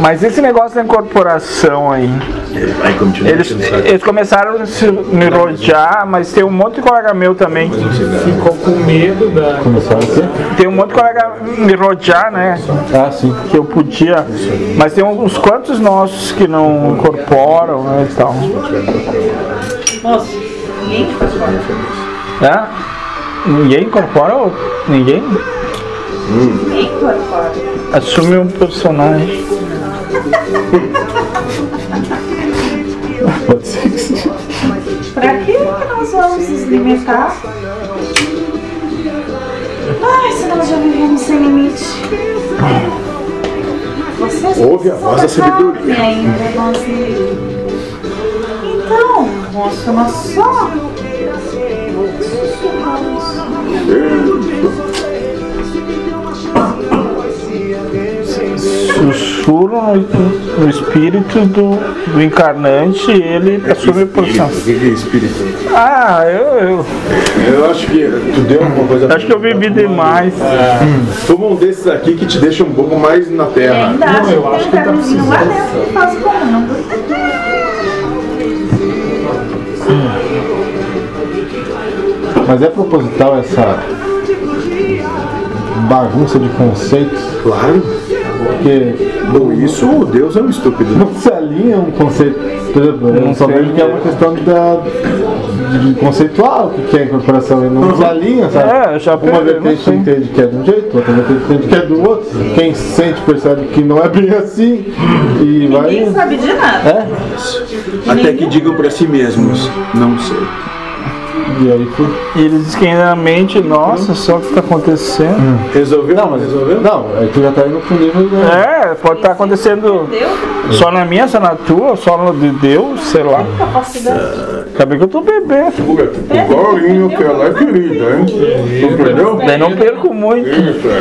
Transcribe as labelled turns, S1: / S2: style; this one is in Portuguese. S1: Mas esse negócio da incorporação aí,
S2: Aí continua
S1: eles,
S2: enchendo o saco.
S1: eles começaram a se rodear, mas tem um monte de colega meu também.
S3: Ficou com medo da.
S1: Começaram Tem um monte de colega me rodear, né?
S4: Ah, sim.
S1: Que eu podia. Mas tem uns quantos nossos que não incorporam, né? E tal.
S5: Nossa, ninguém te faz mal.
S1: Né? Ninguém incorpora? ou- Ninguém?
S5: Ninguém pode falar.
S1: Assume um personagem.
S4: Pode ser que sim.
S5: Pra que nós vamos nos limitar? Ai, se nós já vivemos sem limite. Vocês
S2: Ouve a
S5: são
S2: voz da sabedoria.
S5: carne Ainda, nós... Então, nós somos só.
S1: Sussurro no, no espírito do, do encarnante e ele assume o personagem.
S2: Espírito, O que que é espírito?
S1: Ah, eu, eu
S2: Eu acho que tu deu alguma coisa.
S1: acho que eu bebi demais.
S2: Toma um desses aqui que te deixa um pouco mais na terra.
S5: Ainda acho
S3: Ah, eu
S5: que
S3: acho
S5: tem um
S3: que tá
S5: caminhozinho lá dentro que faz bom, não?
S4: Mas é proposital essa bagunça de conceitos,
S2: Claro.
S4: porque
S2: Bom, isso o Deus é um estúpido.
S4: não se alinha um conceito. Por exemplo, eu só vejo que é uma questão da, de conceitual o que é incorporação, e não se alinha, sabe?
S1: É, eu já
S4: Uma
S1: perdi, não
S4: vertente
S1: sei.
S4: entende que é de um jeito, outra vertente entende que é do outro. Quem sente percebe que não é bem assim e
S5: Ninguém
S4: vai.
S5: sabe de nada.
S4: É?
S2: Até que digam pra si mesmos. Não sei.
S4: E aí foi.
S1: E ele diz que ainda na mente, nossa, só o que está
S2: Hum.
S1: acontecendo.
S2: Resolveu?
S4: Não, mas
S2: resolveu?
S4: Não, aí tu já tá indo pro nível da.
S1: É, pode estar acontecendo
S5: Deu
S1: só na minha, só na tua, só no de Deus, sei lá.
S5: capacidade.
S1: Acabei que eu tô bebendo.
S2: Igual a minha que ela é querida, hein? Entendeu?
S1: Daí não perco muito.
S2: Isso, é.